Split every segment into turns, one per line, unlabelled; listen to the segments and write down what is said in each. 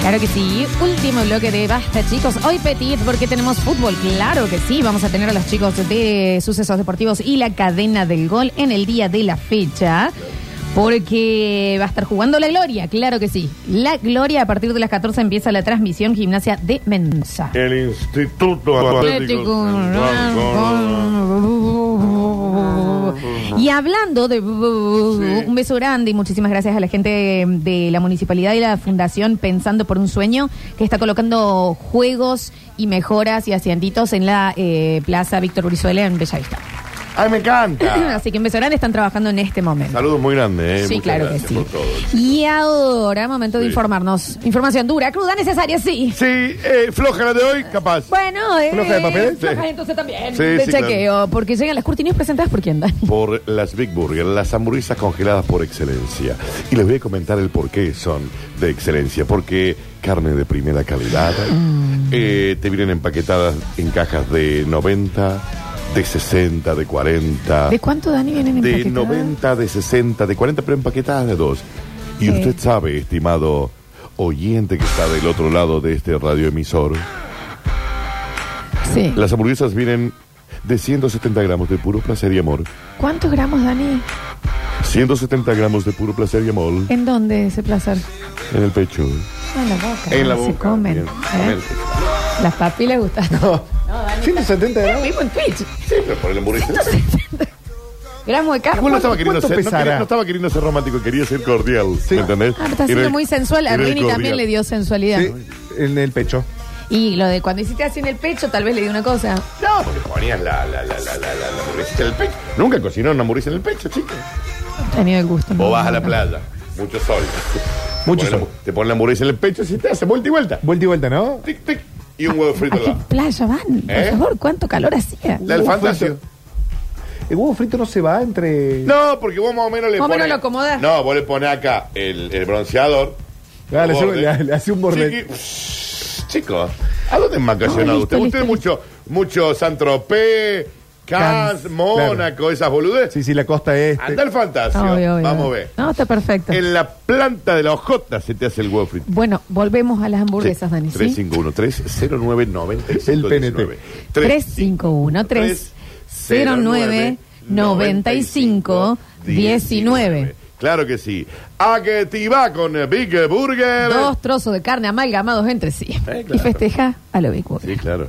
Claro que sí, último bloque de Basta chicos, hoy Petit porque tenemos fútbol, claro que sí, vamos a tener a los chicos de Sucesos Deportivos y la cadena del gol en el día de la fecha. Porque va a estar jugando la Gloria, claro que sí. La Gloria a partir de las 14 empieza la transmisión gimnasia de Mensa.
El Instituto Atlético.
Y hablando de un beso grande y muchísimas gracias a la gente de la municipalidad y la fundación Pensando por un Sueño, que está colocando juegos y mejoras y asientitos en la eh, Plaza Víctor Brizuela en Bellavista.
Ay, me encanta.
Así que en beso grande están trabajando en este momento.
Saludos muy grandes, eh.
Sí,
Muchas
claro que
gracias
sí.
por todo.
Y ahora, momento de
Sí.
informarnos. Información dura, cruda, necesaria, sí.
Sí, eh, floja la de hoy, capaz.
Bueno, eh,
¿Floja de papel?
floja
Sí.
entonces también.
Sí,
de
sí, claro.
chequeo, porque llegan las cortinas presentadas por quién, Dani.
Por las Big Burger, las hamburguesas congeladas por excelencia. Y les voy a comentar el por qué son de excelencia. Porque carne de primera calidad,
Mm.
eh, te vienen empaquetadas en cajas de 90, de 60, de 40.
¿De cuánto, Dani, vienen
Ah. de
empaquetadas?
90, de 60, de 40, pero empaquetadas de dos. Y
Sí.
usted sabe, estimado oyente que está del otro lado de este radioemisor,
Sí.
las hamburguesas vienen de 170 gramos de puro placer y amor.
¿Cuántos gramos, Dani?
170 gramos de puro placer y amor
¿En dónde ese placer?
en el pecho.
Ah, En la boca.
En la
Se
boca.
comen.
bien.
¿eh? Las papilas gustan. No, Dani.
170
Lo
gramos.
mismo en Twitch.
Sí, pero por el hamburguesa.
Gramos de carne.
Vos no estaba,
¿Cuánto-
queriendo
cuánto
ser, no,
pesará?
quería- no estaba queriendo ser romántico, quería ser cordial. ¿Me entendés?
Ah, pero está
Era
siendo
el-
muy sensual. A
era el
Rini también
cordial.
le dio sensualidad.
Sí, en el pecho.
Y lo de cuando hiciste así en el pecho, tal vez le dio una cosa.
No, porque ponías la, la, la, la, la, la, la hamburguesita en el pecho. Nunca cocinaron una hamburguesa en el pecho, chicos.
Tenía el gusto.
Vos
¿no?
vas a la
No.
playa, mucho sol.
Mucho
Te ponen la-
sol.
Te ponen la hamburguesa en el pecho y te hace vuelta y vuelta.
Vuelta y vuelta, ¿no?
Tic, tic. Y un huevo frito
¿A
al
qué
lado.
playa van? Por
¿Eh?
favor, ¿cuánto calor hacía?
La del
Huevo
fantasio.
frito. El huevo frito no se va entre.
No, porque vos más o menos le
Más o
pones.
menos lo acomodás.
No, vos le pones acá el, el bronceador.
Ah, le, hace-
Borde.
le- le hace un borde.
Chiqui- Chicos, ¿a dónde han vacacionado
No, listo,
ustedes? Ustedes
listo,
mucho, mucho Saint-Tropez, Cannes,
Cannes,
Mónaco, esas boludeces.
Sí, Ah. sí, la costa este.
Anda al fantasio.
Obvio, obvio.
Vamos a ver.
No, está perfecto.
En la planta de la ojota se te hace el huevo frito.
Bueno, volvemos a las hamburguesas, Dani. ¿sí?
351 309
El PNT.
351 309 95 19.
Claro que sí. A que te va con Big Burger.
Dos trozos de carne amalgamados entre sí.
Eh, claro.
Y festeja a lo Big Burger.
Sí, claro.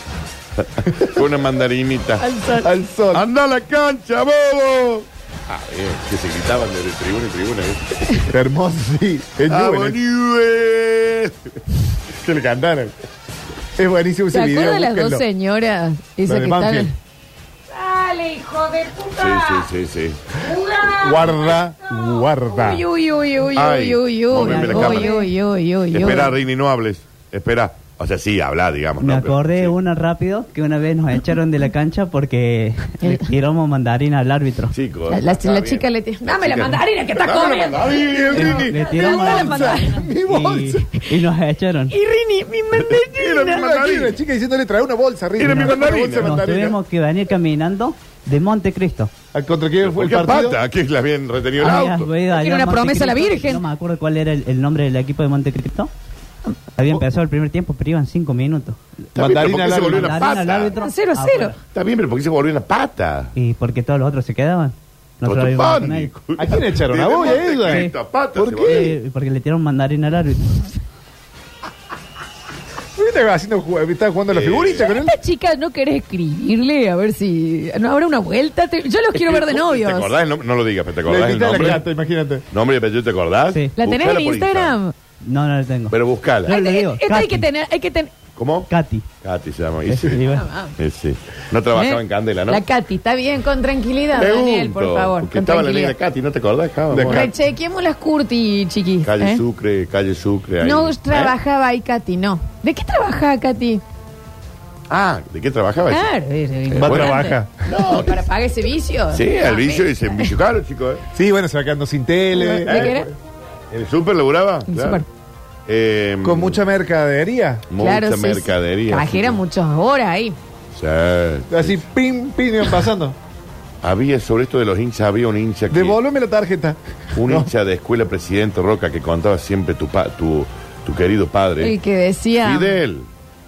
Con una mandarinita.
Al sol.
Al sol.
¡Anda a la cancha, bobo! Ah, bien, que se gritaban desde tribuna y tribuna. ¿eh?
Hermoso, sí. Es
¡A
Newell,
Bonibel!
eh, que le cantaron. Es buenísimo
¿Se
ese video.
acuerdan de las dos
búsquenlo.
señoras?
Lo
Esas
de
que estaban.
Banfield.
Dale, hijo de
Sí,
puta.
sí, sí, sí.
Jugado.
Guarda, guarda.
Uy, uy, uy, uy,
Ay,
uy, uy, uy,
móveme la
uy,
cámara.
uy, uy, uy, uy.
Espera, Rini, no hables. Espera. O sea, sí, habla, digamos.
Me
¿no? Pero-
acordé
sí.
una rápido que una vez nos echaron de la cancha porque le tiramos mandarina al árbitro.
Chico,
La,
eh,
la-
está
la
bien.
chica le dice, dame la
chica-
mandarina que estás
Dame la
comiendo.
mandarina, Rini.
Le tiramos
Me gusta la
bolsa.
mandarina.
Mi bolsa.
Y, y nos echaron.
Y Rini, mi mandarina.
Era mi
Aquí una
mandarina.
chica diciéndole trae una bolsa, Rini.
Era mi
Una
mandarina.
bolsa de
Nos tuvimos que venir caminando de Montecristo.
¿A ¿Contra quién fue el
¿Qué
partido? Ah,
pata? ¿Qué la habían retenido el
Habías
auto?
ido allá
Tiene
a
una promesa a la
Montecristo,
Virgen.
No me acuerdo cuál era el, el nombre del equipo de Montecristo. Había empezado el primer tiempo, pero iban cinco minutos.
Está bien, pero
Mandarina
¿por qué se
al
volvió
árbitro.
una
Mandarina al
pata?
árbitro.
Cero a
Ah,
cero.
bueno.
Está bien, pero ¿por qué se volvió una pata?
Y porque todos los otros se quedaban. Nosotros
Porque
íbamos con
pan,
él.
hijo.
¿A quién echaron? ¿A
Desde
vos, Edgar?
Montecristo, a pata
¿Por
se
qué?
volvió.
Eh, Porque le tiraron mandarina al árbitro.
¿Viste haciendo jug- estaba jugando a la
Eh.
figurita con él?
Esta chica no querés escribirle a ver si no habrá una vuelta. Te- Yo los quiero ver de
¿Te
novios.
acordás el nombre? No lo digas, pero ¿te
Le
acordás el
quité la
nombre?
cata, imagínate.
¿Nombre y apellido te acordás?
Sí.
¿La tenés en
Buscala por
Instagram? eh,
No, no lo tengo.
Pero buscala.
No, le digo,
Esta hay
Katy.
que tener, hay que tener.
¿Cómo?
Katy.
Katy se llama. y
Es-
sí.
iba-
Y sí. No trabajaba
¿eh?
en Candela, ¿no?
La Katy, está bien, con tranquilidad, Daniel, por
Pregunto,
favor.
Porque
Con
estaba la negra
tranquilidad.
Katy, ¿no te acordás? Java?
De
Bueno,
Katy.
Rechequemos las curti, chiquis.
Calle
¿eh?
Sucre, calle Sucre. ahí.
No
¿Eh?
trabajaba ahí, Katy, no. ¿De qué trabajaba, Katy?
Ah, ¿de qué trabajaba? ese?
Claro, es
Va a
importante.
trabajar.
No, para pagar ese vicio.
Sí, al vicio
me-
y se envició caro, chico. ¿eh?
Sí, bueno, se va quedando sin tele.
¿De qué era?
¿En el súper laburaba?
En el
Claro.
súper.
Eh,
Con mucha mercadería.
mucha
Claro, sí, sí.
mercadería.
Trajera
sí.
muchas horas ahí.
Sí.
Así, pim, pim, iban pasando.
Había, sobre esto de los hinchas, había un hincha que...
Devolveme la tarjeta.
Un hincha de escuela presidente Roca que contaba siempre tu pa- tu, tu querido padre.
El que decía.
Fidel,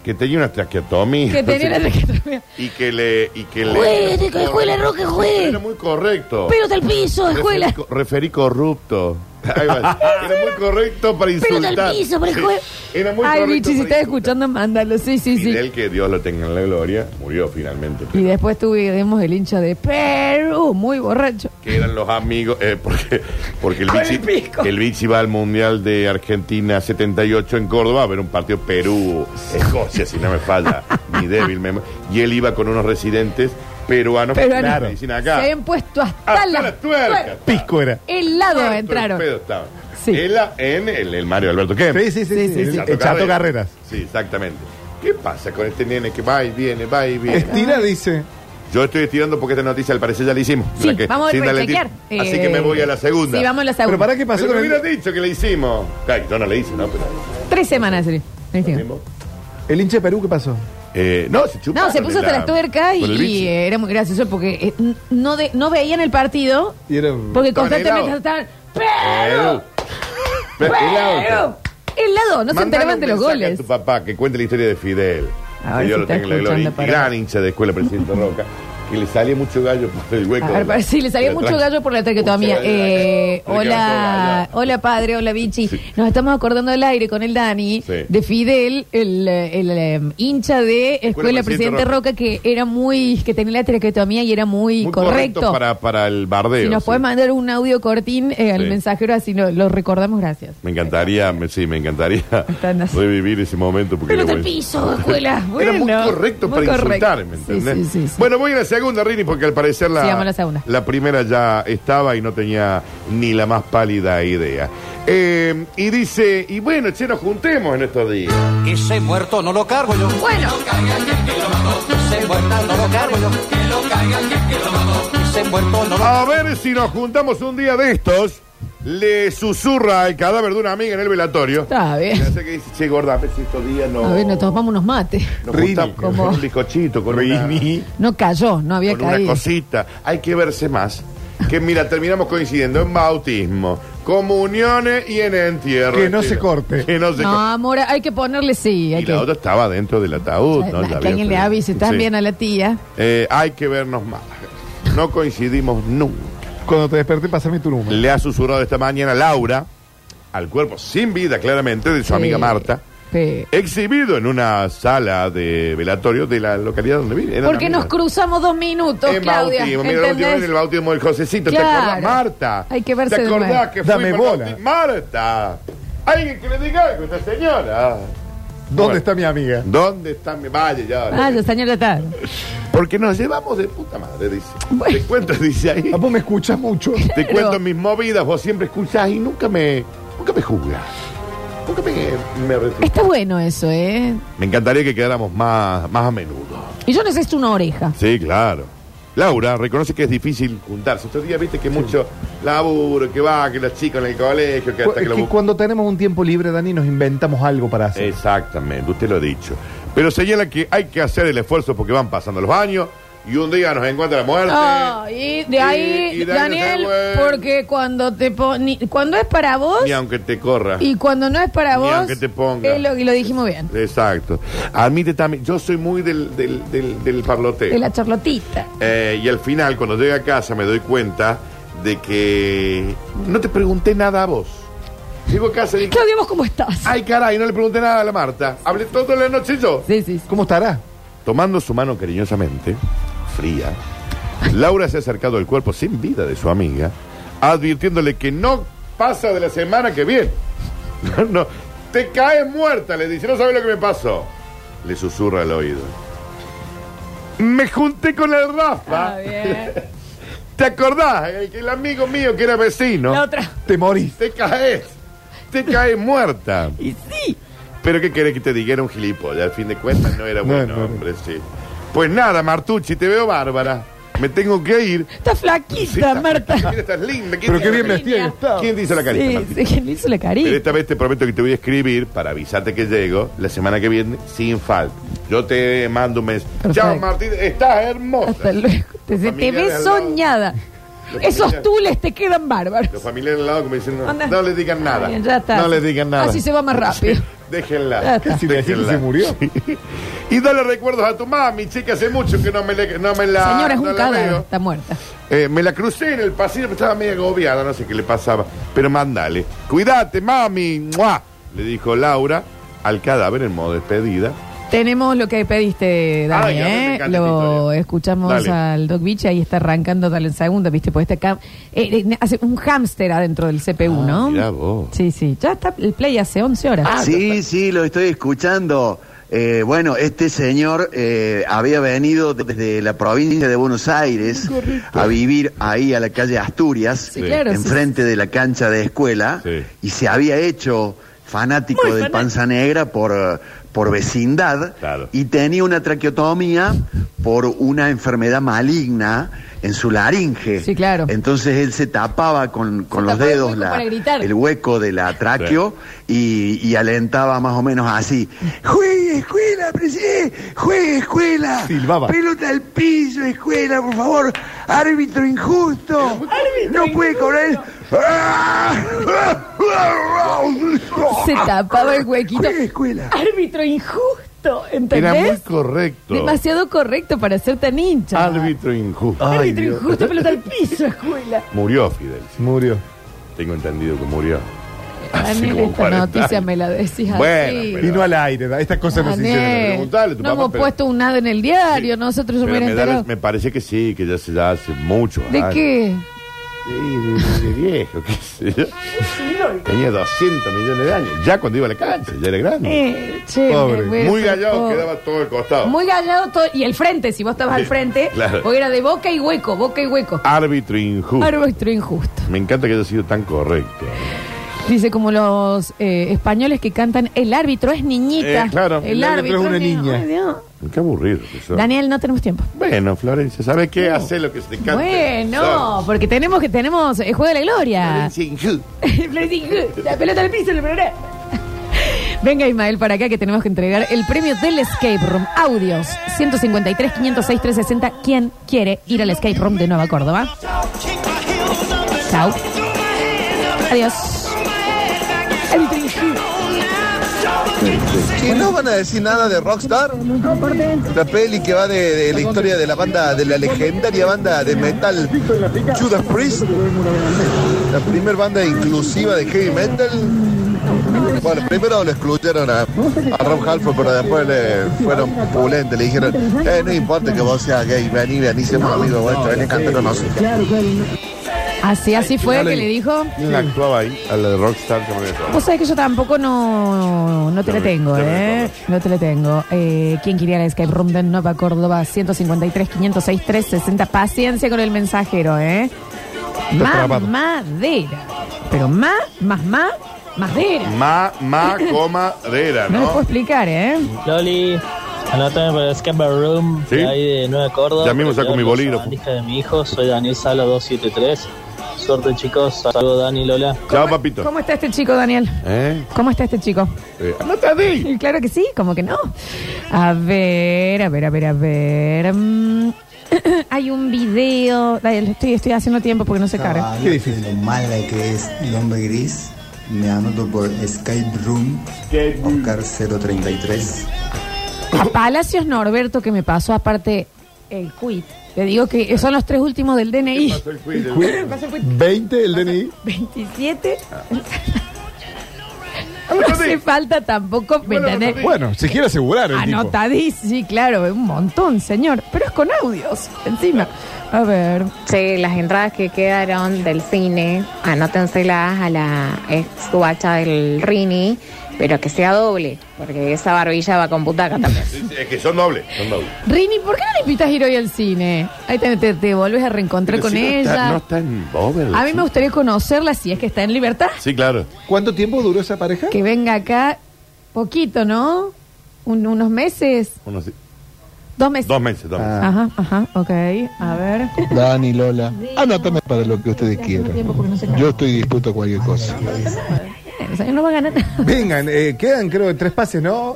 que tenía una traqueotomía.
Que tenía la traqueotomía.
Y que le... Y que le
Juegue, chico, escuela, Roca, juegue.
Era muy correcto.
Pelota al piso, escuela.
Referí, referí corrupto. Ahí va. Era muy correcto para
Pelota
insultar.
al piso, pero
Sí.
escuela.
Era muy
Ay, Richie, si
correcto para
estás
insultar.
escuchando, mándalo. Sí, sí, sí.
Fidel, que Dios lo tenga en la gloria, murió finalmente.
Y después tuvimos el hincha de Perú, muy borracho.
Que eran los amigos, eh, porque, porque el,
Con
bichi,
el pico.
el bichi va al Mundial de Argentina 78 en Córdoba a ver un partido Perú-Escocia, si no me falla, mi débil memoria. Y él iba con unos residentes peruanos,
Pero
que
no,
dicen
se
acá.
habían puesto hasta,
Hasta
la,
la tuerca.
Pisco era.
Helado
Todo el
entraron.
pedo estaba.
Sí.
Él a- en el, el Mario Alberto Kemp.
Sí, sí, sí. sí,
sí,
el-
sí.
El Chato Carreras.
Sí, exactamente. ¿Qué pasa con este nene que va y viene, va y viene?
Estira, dice.
Yo estoy estirando porque esta noticia al parecer ya la hicimos.
Sí,
la que-
vamos a
sin darle
rechequear.
tiempo. Así
Eh,
que me voy a la segunda.
Sí, vamos a la segunda.
Pero para qué pasó
Pero
con
me
el,
hubiera dicho que la hicimos. Ay, yo no la hice, ¿no? Pero la
Tres semanas, Adri. Ahí está.
hicimos.
el hincha de Perú, ¿qué pasó?
Eh, no, se chupó.
No, se puso hasta la tuerca y, y era muy gracioso porque eh, n- no, de- no veían el partido
Y era-
porque
Estaban
constantemente estaban ¡Pero! ¡Pero! El lado, no se enteraban de los goles.
tu papá que cuente la historia de Fidel.
Ahora
que yo
sí
lo
está
tengo en la gloria.
escuchando,
Y
para.
Gran hincha de escuela, presidente Roca. Que le salía mucho gallo por el hueco.
A ver,
de la-
para- sí, le salía
de la
mucho
tra-
gallo por la traquetomía.
Mucho gallo de
Eh,
acá. Le
hola,
quedó todo
hola padre, hola Vichy.
Sí.
Nos estamos acordando del aire con el Dani,
Sí.
de Fidel, el, el, em, hincha de Escuela, Presidente
Presidente
Roca, que era muy, que tenía la traquetomía y era muy,
Muy
correcto.
para, para el bardeo.
si nos
sí.
puedes mandar un audio cortín eh, al
Sí.
mensajero, así lo, lo recordamos, gracias.
Me encantaría, me- sí, me encantaría
Están así.
revivir ese momento. Porque
Pero
era
del
bueno.
piso, escuela. Bueno,
Era muy correcto
muy
para
correcto.
insultar, ¿me
Sí,
entendés?
sí, sí, sí.
Bueno, voy a la segunda, Rini, porque al parecer la,
Sí, vamos a la segunda.
la primera ya estaba y no tenía ni la más pálida idea. Eh, y dice, y bueno, che, nos juntemos en estos días.
Ese muerto no lo cargo yo.
Bueno,
Ese muerto no lo cargo yo. Que lo caiga que lo Ese muerto no lo
A ver si nos juntamos un día de estos. le susurra al cadáver de una amiga en el velatorio.
Está
Y
bien.
hace que dice, che, gorda, a ver si estos días no.
A ver, nos tomamos unos mates.
nos
Rini,
juntamos con
como-
un bizcochito, con una,
Rini.
No cayó, no había
con una
caído.
cosita. Hay que verse más. Que mira, terminamos coincidiendo en bautismo, comuniones y en entierro.
Que no
Estilo.
se corte.
Que no se
No,
corte.
amor, hay que ponerle sí. Hay
Y
que,
la otra estaba dentro del ataúd, ¿no?
que
La había
alguien le
perdido.
avise
Sí.
también a la tía.
Eh, hay que vernos más. No coincidimos nunca.
Cuando te desperté, pasame tu número.
Le ha susurrado esta mañana Laura al cuerpo sin vida, claramente, de su
Sí.
amiga Marta.
Sí.
Exhibido en una sala de velatorio de la localidad donde vive. Eran
Porque nos
amigas.
cruzamos dos minutos,
En
Claudia.
bautismo, mira, la última vez en
¿entendés?
el bautismo del Josecito.
Claro.
¿Te acordás, Marta?
Hay que verse
¿Te
de
acordás
nuevo.
que
Dame
fuimos al
bola.
bautismo? ¡Marta! Alguien que le diga algo a esta señora.
¿Dónde
Bueno.
está mi amiga?
¿Dónde está mi Vaya, ya.
Ah, ya, señora, está.
Porque nos llevamos de puta madre, dice.
Bueno.
Te cuento, dice ahí.
Ah, vos me escuchás mucho.
Te cuento mis movidas, vos siempre escuchás y nunca me, nunca me juzgas. Nunca me, me retrucas.
Está bueno eso, ¿eh?
Me encantaría que quedáramos más, más a menudo.
Y yo necesito una oreja.
Sí, claro. Laura reconoce que es difícil juntarse. Estos días viste que mucho laburo, que va, que los chicos en el colegio, que
Cu-
hasta que
es
lo
que
buscan.
cuando tenemos un tiempo libre, Dani, nos inventamos algo para hacer.
Exactamente, usted lo ha dicho. Pero señala que hay que hacer el esfuerzo porque van pasando los años y un día nos encuentra la muerte.
Ah, y de ahí,
y de ahí no
Daniel,
se vuelve.
porque cuando te pon- ni- cuando es para vos
Ni aunque te corra.
y cuando no es para
Ni
vos,
aunque te ponga.
es lo, y lo dijimos bien,
Exacto. Admite también, yo soy muy del, del, del, del parloteo.
de la charlotita.
Eh, y al final, cuando llegué a casa, me doy cuenta de que no te pregunté nada a vos. Llego a casa y digo,
Claudia, ¿vos cómo estás?
ay caray, no le pregunté nada a la Marta. Hablé toda la noche yo.
Sí, sí, sí.
¿Cómo estará?
Tomando su mano cariñosamente, fría, Laura se ha acercado al cuerpo sin vida de su amiga, advirtiéndole que no pasa de la semana que viene. No, no, te caes muerta, le dice, no sabes lo que me pasó. Le susurra al oído. Me junté con el
Está Ah,
Rafa.
bien.
¿Te acordás? El, el amigo mío que era vecino.
La otra.
Te morís.
Te caes. Te caes muerta.
Y sí.
Pero ¿qué querés que te diga? Era un gilipollas. Al fin de cuentas no era
No,
buen
no.
hombre, sí. Pues nada, Martucci, te veo bárbara. Me tengo que ir.
Está
Sí,
flaquita,
estás-
Marta.
Mira, estás linda. ¿Quién
Pero
te
qué
hizo
bien
la
vestida que
Línea.
carita?
está.
¿Quién te hizo la carita,
Sí,
Martín?
sí, que le hizo la
Pero
carita.
esta vez te prometo que te voy a escribir para avisarte que llego la semana que viene sin falta. Yo te mando un mes.
Perfecto.
Chao, Martín. Estás hermosa.
Hasta luego. Te, te
familiares
ves
al lado.
soñada.
Los
Esos
familiares-
tules te quedan bárbaros.
Los familiares al lado como diciendo,
Anda.
no les digan nada.
Bien, ya está.
No les digan nada.
Así se va más rápido.
Déjenla.
Ya está.
Casi le dije que se murió.
Y dale recuerdos a tu mami, chica, hace mucho que no me, le- no me la.
Señora, es
no
un
la
cadáver,
veo.
está muerta.
Eh, me la crucé en el pasillo, pero estaba medio agobiada, no sé qué le pasaba. Pero mándale. Cuídate, mami. ¡Mua! Le dijo Laura al cadáver en modo despedida.
Tenemos lo que pediste,
Ay,
Dani,
a mí me
¿eh?
encanta esta
Lo
historia.
escuchamos
Dale.
al Doc Beach, ahí está arrancando, dale en segundo, ¿viste? Pues este cam- eh, eh, hace un hámster adentro del CPU, ¿no?
Ah, mirá vos. Ah,
Sí, sí, ya está el play hace 11 horas.
Sí, sí, lo estoy escuchando. Eh, bueno, este señor eh, había venido desde la provincia de Buenos Aires a vivir ahí a la calle Asturias,
Sí, claro, sí,
enfrente de la cancha de escuela,
Sí.
y se había hecho fanático
Muy
de
fanático.
Panza Negra por, por vecindad
Claro.
y tenía una traqueotomía por una enfermedad maligna en su laringe.
Sí, claro.
Entonces él se tapaba con, con los
tapaba el
dedos
hueco
la-
para gritar.
el hueco de la tráqueo y, y alentaba más o menos así. Juegue, escuela, presi- juegue, escuela.
Silbaba.
Pelota al piso, escuela, por favor. Árbitro injusto. no puede cobrar. el-
Se
Ah.
tapaba el huequito.
Juegue, escuela.
Árbitro injusto,
Era muy
¿entendés?
correcto.
Demasiado correcto para ser tan hincha.
Árbitro injusto.
Árbitro injusto, pelota al piso, escuela.
Murió Fidel.
Murió.
Tengo entendido que murió. Hace
Daniel,
como
esta
40
noticia
años.
me la decís así.
Bueno, pero-
Vino al aire. da- Estas cosas no se
Daniel,
hicieron.
preguntale a tu
no
papá,
hemos
pero-
puesto un nada en el diario, nosotros yo me hubiera
Pero me, da la-
enterado.
me parece que sí, que ya se da hace mucho.
¿De qué?
de, de viejo, qué sé yo. Tenía 200 millones de años. Ya cuando iba a la cancha, ya era grande.
Eh, che,
Pobre.
me hubiera
Muy gallado
sacado.
quedaba todo el costado.
Muy gallado todo. Y el frente, si vos estabas al frente,
claro.
porque era de boca y hueco, boca y hueco.
Árbitro injusto.
Árbitro injusto.
Me encanta que haya sido tan correcto.
Dice como los eh, españoles que cantan El árbitro es niñita.
Eh, claro,
el, árbitro, es una niña. Ay, Dios.
Qué aburrido que son.
Daniel, no tenemos tiempo.
Bueno, Florencia, ¿sabe qué? Hace lo que se te cante.
Bueno, porque tenemos que tenemos el juego de la gloria.
Florencia,
La pelota al piso, el programa.
Venga Ismael para acá que tenemos que entregar el premio del Escape Room. Audios 153 506 360. ¿Quién quiere ir al Escape Room de Nueva Córdoba? Chao. Adiós.
¿Y no van a decir nada de Rockstar? La peli que va de, de la historia de la banda, de la legendaria banda de metal Judas Priest, la primer banda inclusiva de heavy metal. Bueno, primero lo excluyeron a, a Rob Halford, pero después le fueron pulentes, le dijeron, eh, no importa que vos seas gay, vení, vení, seamos amigos vuestros, vení a cantar con nosotros.
Así, así fue que le dijo.
¿Quién la actuaba ahí? A la de Rockstar. que me había tocado.
Vos sabés que yo tampoco no, no te le tengo, ¿eh? No te le tengo. Eh, ¿Quién quería la Escape Room de Nueva Córdoba? 153, 506, 360. Paciencia con el mensajero, ¿eh? Más
trabado.
madera. Pero más, más, más, madera.
Ma, ma, coma,
No
dera,
les puedo
¿no?
explicar, ¿eh?
Loli, anótame para el Escape Room,
Sí.
de ahí de Nueva Córdoba.
Ya mismo saco mi bolígrafo.
Soy de mi hijo, soy Daniel Sala 273. Suerte chicos, saludos Dani, Lola.
Chao, papito.
¿Cómo está este chico, Daniel?
¿Eh?
¿Cómo está este chico?
Eh, ¡Anota ahí!
Y Claro que sí, como que no. A ver, a ver, a ver, a ver. Mm, Hay un video. Dale, le estoy, estoy haciendo tiempo porque no se carga.
Qué difícil.
Lo mala que es el hombre gris, me anoto por Skype Room, Oscar 033.
A Palacios Norberto que me pasó, aparte el quit. Te digo que son los tres últimos del DNI.
Pasó el cuide.
Pasó el quit.
20 el DNI.
27.
Ah.
No hace falta tampoco, ¿me entendés?
Bueno, se quiere asegurar el tipo.
Anotadís, sí, claro, un montón, señor. Pero es con audios, encima. A ver.
Sí, las entradas que quedaron del cine, anótenselas a la ex guacha del Rini, pero que sea doble, porque esa barbilla va con butaca también.
Sí, sí, Es que son dobles, son dobles.
Rini, ¿por qué no le invitas a ir hoy al cine? Ahí te, te- te volves a reencontrar
Pero
con
si no
ella.
está- no está en Bobel.
a mí me gustaría conocerla si es que está en libertad.
Sí, claro.
¿Cuánto tiempo duró esa pareja?
Que venga acá poquito, ¿no? Un- unos meses,
Uno sí.
dos meses.
Dos meses, dos meses.
Ajá, ajá, ok. A ver.
Dani, Lola,
Ah,
anótame para lo que ustedes quieran. Yo estoy dispuesto a cualquier cosa.
O sea, no va a ganar nada.
Vengan, eh, quedan creo tres pases, ¿no?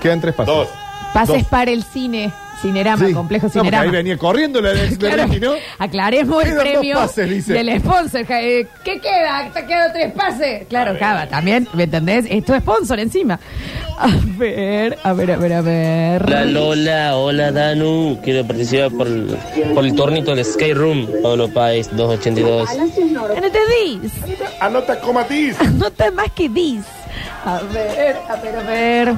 Quedan
Ah.
tres pases.
Dos.
Pases para el cine. Cinerama,
Sí.
complejo
No, porque
Cinerama.
ahí venía corriendo la, la
Claro.
Ricky, ¿no?
Aclaremos el
Quedan dos
premio
pases, dice.
del sponsor. Ja- eh, ¿Qué queda? Te quedan tres pases. Claro, Java, también, ¿me entendés? Es tu sponsor encima. A ver, a ver, a ver, a
Hola
ver.
Lola, hola Danu, quiero participar por, por el tornito del Sky Room, Pablo Páez 282.
No te dis.
Anota coma tis.
No te más que dis. A ver, a ver, a ver.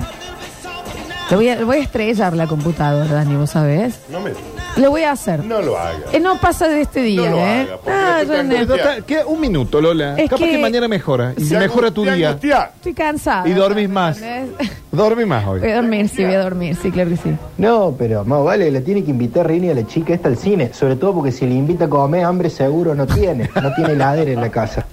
Te voy a, voy a estrellar la computadora, Dani, ¿vos sabés?
No me.
Lo voy a hacer.
No lo hagas.
Eh, no pasa de este día,
lo
¿eh?
haga, porque no te
yo
tengo-
ne-
Pero está- queda un minuto, Lola.
Es
Capaz que...
que
mañana mejora. Y
Te
mejora tu
angustia,
día.
angustia.
Estoy cansada.
Y dormís más.
¿entendés?
Dormí más
Voy
hoy.
a dormir, sí, voy a dormir, sí, claro que sí.
No, pero más vale, la tiene que invitar Rini a la chica esta al cine. Sobre todo porque si le invita a comer, hambre seguro no tiene. No tiene heladera en la casa.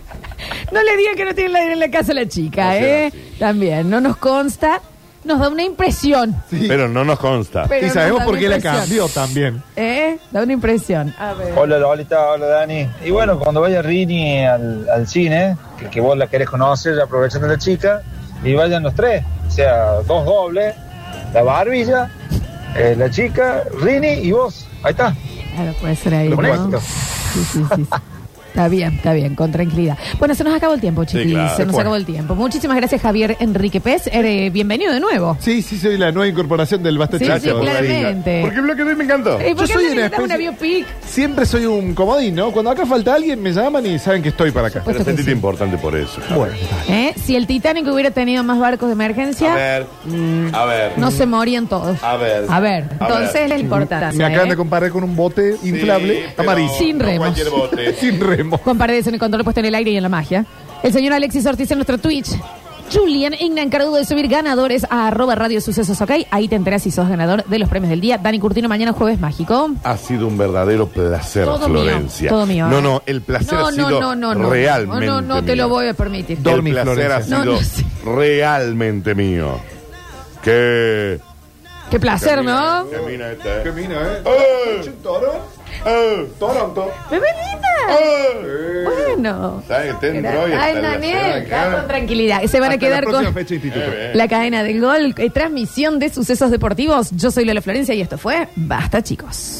No le digan que no tiene aire en la casa la chica, ¿eh? También, no nos consta, nos da una impresión.
Pero no nos consta.
pero
y
nos
sabemos
da
por
una
qué la
impresión.
cambió también.
¿Eh? Da una impresión.
Hola Lolita, hola Dani. Y bueno, cuando vaya Rini al, al cine, que, que vos la querés conocer, aprovechando la chica, y vayan los tres, o sea, dos dobles, la barbilla, eh, la chica, Rini y vos. Ahí está.
Claro, puede ser ahí.
Lo
¿no?
cuento.
Sí, sí, sí, sí. Está bien, está bien, con tranquilidad. Bueno, se nos acabó el tiempo, chiquis.
claro.
se nos
Bueno.
acabó el tiempo. Muchísimas gracias, Javier Enrique Pérez. Eh, bienvenido de nuevo.
Sí, sí, soy la nueva incorporación del Basta
Sí,
Chicos.
sí, claramente.
Porque el bloque de hoy me encantó.
Eh, ¿Por qué
Yo soy
no
una
necesitas una
especie-
biopic?
Siempre soy un comodín, ¿no? Cuando acá falta alguien, me llaman y saben que estoy para acá.
Por
Pero
supuesto que
sentiste
sí.
importante por eso.
Bueno,
¿Eh? Si el Titanic hubiera tenido más barcos de
A
emergencia,
ver. Mm. A ver.
no se morían todos.
A ver.
A ver, entonces la importancia.
me acaban
¿eh?
de comparar con un bote inflable
Sí, pero
amarillo.
Sin
no
remos.
Cualquier bote.
Sin remo.
Juan Paredes en el control puesto en el aire y en la magia. El señor Alexis Ortiz en nuestro Twitch. Julian Igna, encargado de subir ganadores a arroba Radio Sucesos, ¿ok? Ahí te enterás si sos ganador de los premios del día. Dani Curtino, mañana jueves mágico.
Ha sido un verdadero placer,
Todo mío,
Florencia.
todo mío,
No,
¿eh?
no, el placer
No,
ha
no,
sido
no, no, no.
realmente
No, no, no te lo
mío.
voy a permitir.
el placer ha sido
No, no, sí.
realmente mío. Que...
Qué placer, ¿no?
Qué mina esta, eh.
Qué mina, ¿eh?
¡Eh!
¿Toro? Toronto.
¡Bebelita!
¡Eh!
Bueno.
¿Sabes que te entró y
Ay,
hasta la semana
Daniel,
que
va
viene?
con tranquilidad. Se van a
Hasta la
quedar
próxima
con
fecha de instituto.
la eh, cadena del gol. eh, transmisión de sucesos deportivos. Yo soy Lola Florencia y esto fue Basta, chicos.